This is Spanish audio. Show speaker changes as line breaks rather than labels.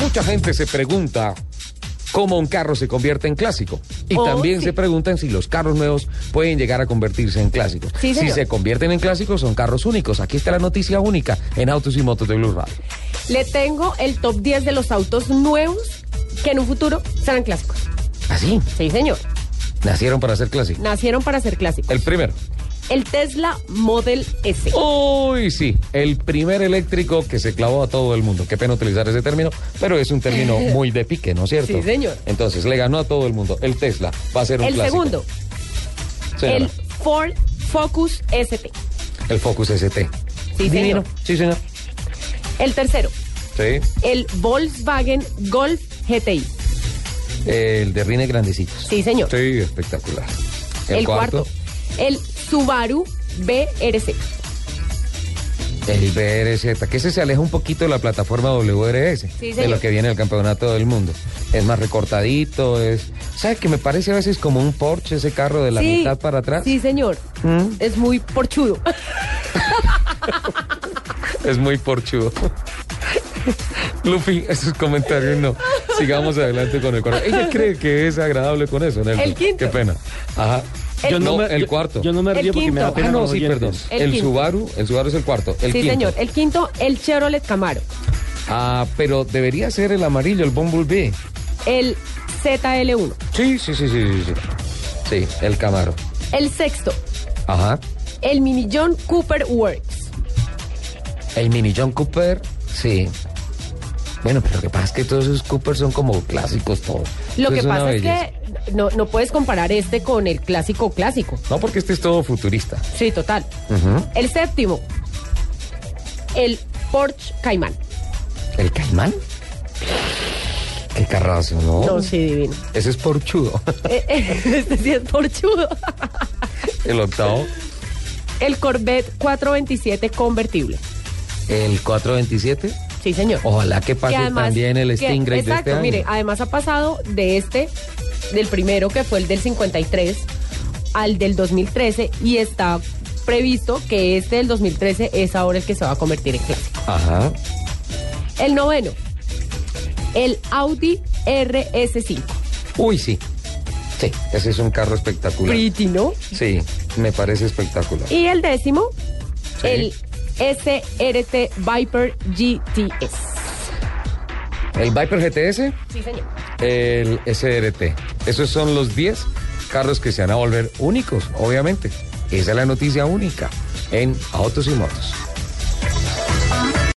Mucha gente se pregunta cómo un carro se convierte en clásico. Y
Oh,
también
sí.
se preguntan si los carros nuevos pueden llegar a convertirse en clásicos.
Sí,
si
señor.
se convierten en clásicos, son carros únicos. Aquí está la noticia única en Autos y Motos de Blue Radio.
Le tengo el top 10 de los autos nuevos que en un futuro serán clásicos.
Así,
Sí, señor.
Ah, nacieron para ser clásicos.
Nacieron para ser clásicos.
El Oh, primero.
El Tesla Model S.
Uy, sí, el primer eléctrico que se clavó a todo el mundo. Qué pena utilizar ese término, pero es un término muy de pique, ¿no es cierto?
Sí, señor.
Entonces, le ganó a todo el mundo. El Tesla va a ser un
el
clásico.
segundo,
Señora,
el Ford Focus ST.
el Focus ST.
Sí,
Divino.
señor.
Sí, señor.
El tercero,
Sí.
el Volkswagen Golf GTI.
El de Rines Grandecitos.
Sí, señor.
Sí, espectacular.
el cuarto, el Subaru BRC.
El BRZ, que ese se aleja un poquito de la plataforma WRS,
Sí,
de lo
señor.
que viene el campeonato del mundo. Es más recortadito, es... ¿Sabes que me parece a veces como un Porsche ese carro de la
Sí,
mitad para atrás?
Sí, señor.
¿Mm?
Es muy porchudo.
Es muy porchudo. Lupi, esos comentarios no. Sigamos adelante con el cuarto. Ella cree que es agradable con eso, Nelson.
El quinto.
Qué pena. Ajá.
El
Yo no,
quinto.
el cuarto.
Yo no me
El
río porque me da
quinto.
pena.
Ah, no,
con los
sí,
oyentes.
perdón. El,
El quinto.
Subaru, el Subaru es el cuarto. El
sí,
quinto.
señor. El quinto, el Chevrolet Camaro.
Ah, pero debería ser el amarillo, el Bumblebee.
El ZL1.
Sí, sí, sí, sí, sí, sí. Sí, el Camaro.
El sexto,
Ajá.
el Mini John Cooper Works.
El Mini John Cooper, sí. Bueno, pero lo que pasa es que todos esos Cooper son como clásicos todos.
Lo
Eso
que
una
pasa es
belleza.
que no, no puedes comparar este con el clásico clásico.
No, porque este es todo futurista.
Sí, total.
Ujú.
El séptimo, el Porsche Cayman.
¿El Caimán? Qué carrazo, ¿no?
No, sí, divino.
Ese es porchudo.
Eh, eh, este sí es porchudo.
El octavo.
El Corvette 427 convertible.
El 427.
Sí, señor.
Ojalá que pase
Que además-
también el
que-
Stingray de
Exacto,
este año.
mire, además ha pasado de este, del primero que fue el del 53, al del 2013 y está previsto que este del 2013 es ahora el que se va a convertir en clásico.
Ajá.
El noveno, el Audi RS5.
Uy, sí. Sí, ese es un carro espectacular.
Pretty, ¿no?
Sí, me parece espectacular.
Y el décimo,
Sí.
el SRT Viper GTS.
El Viper GTS,
Sí, señor.
el SRT. Esos son los 10 carros que se van a volver únicos, obviamente. Esa es la noticia única en Autos y Motos.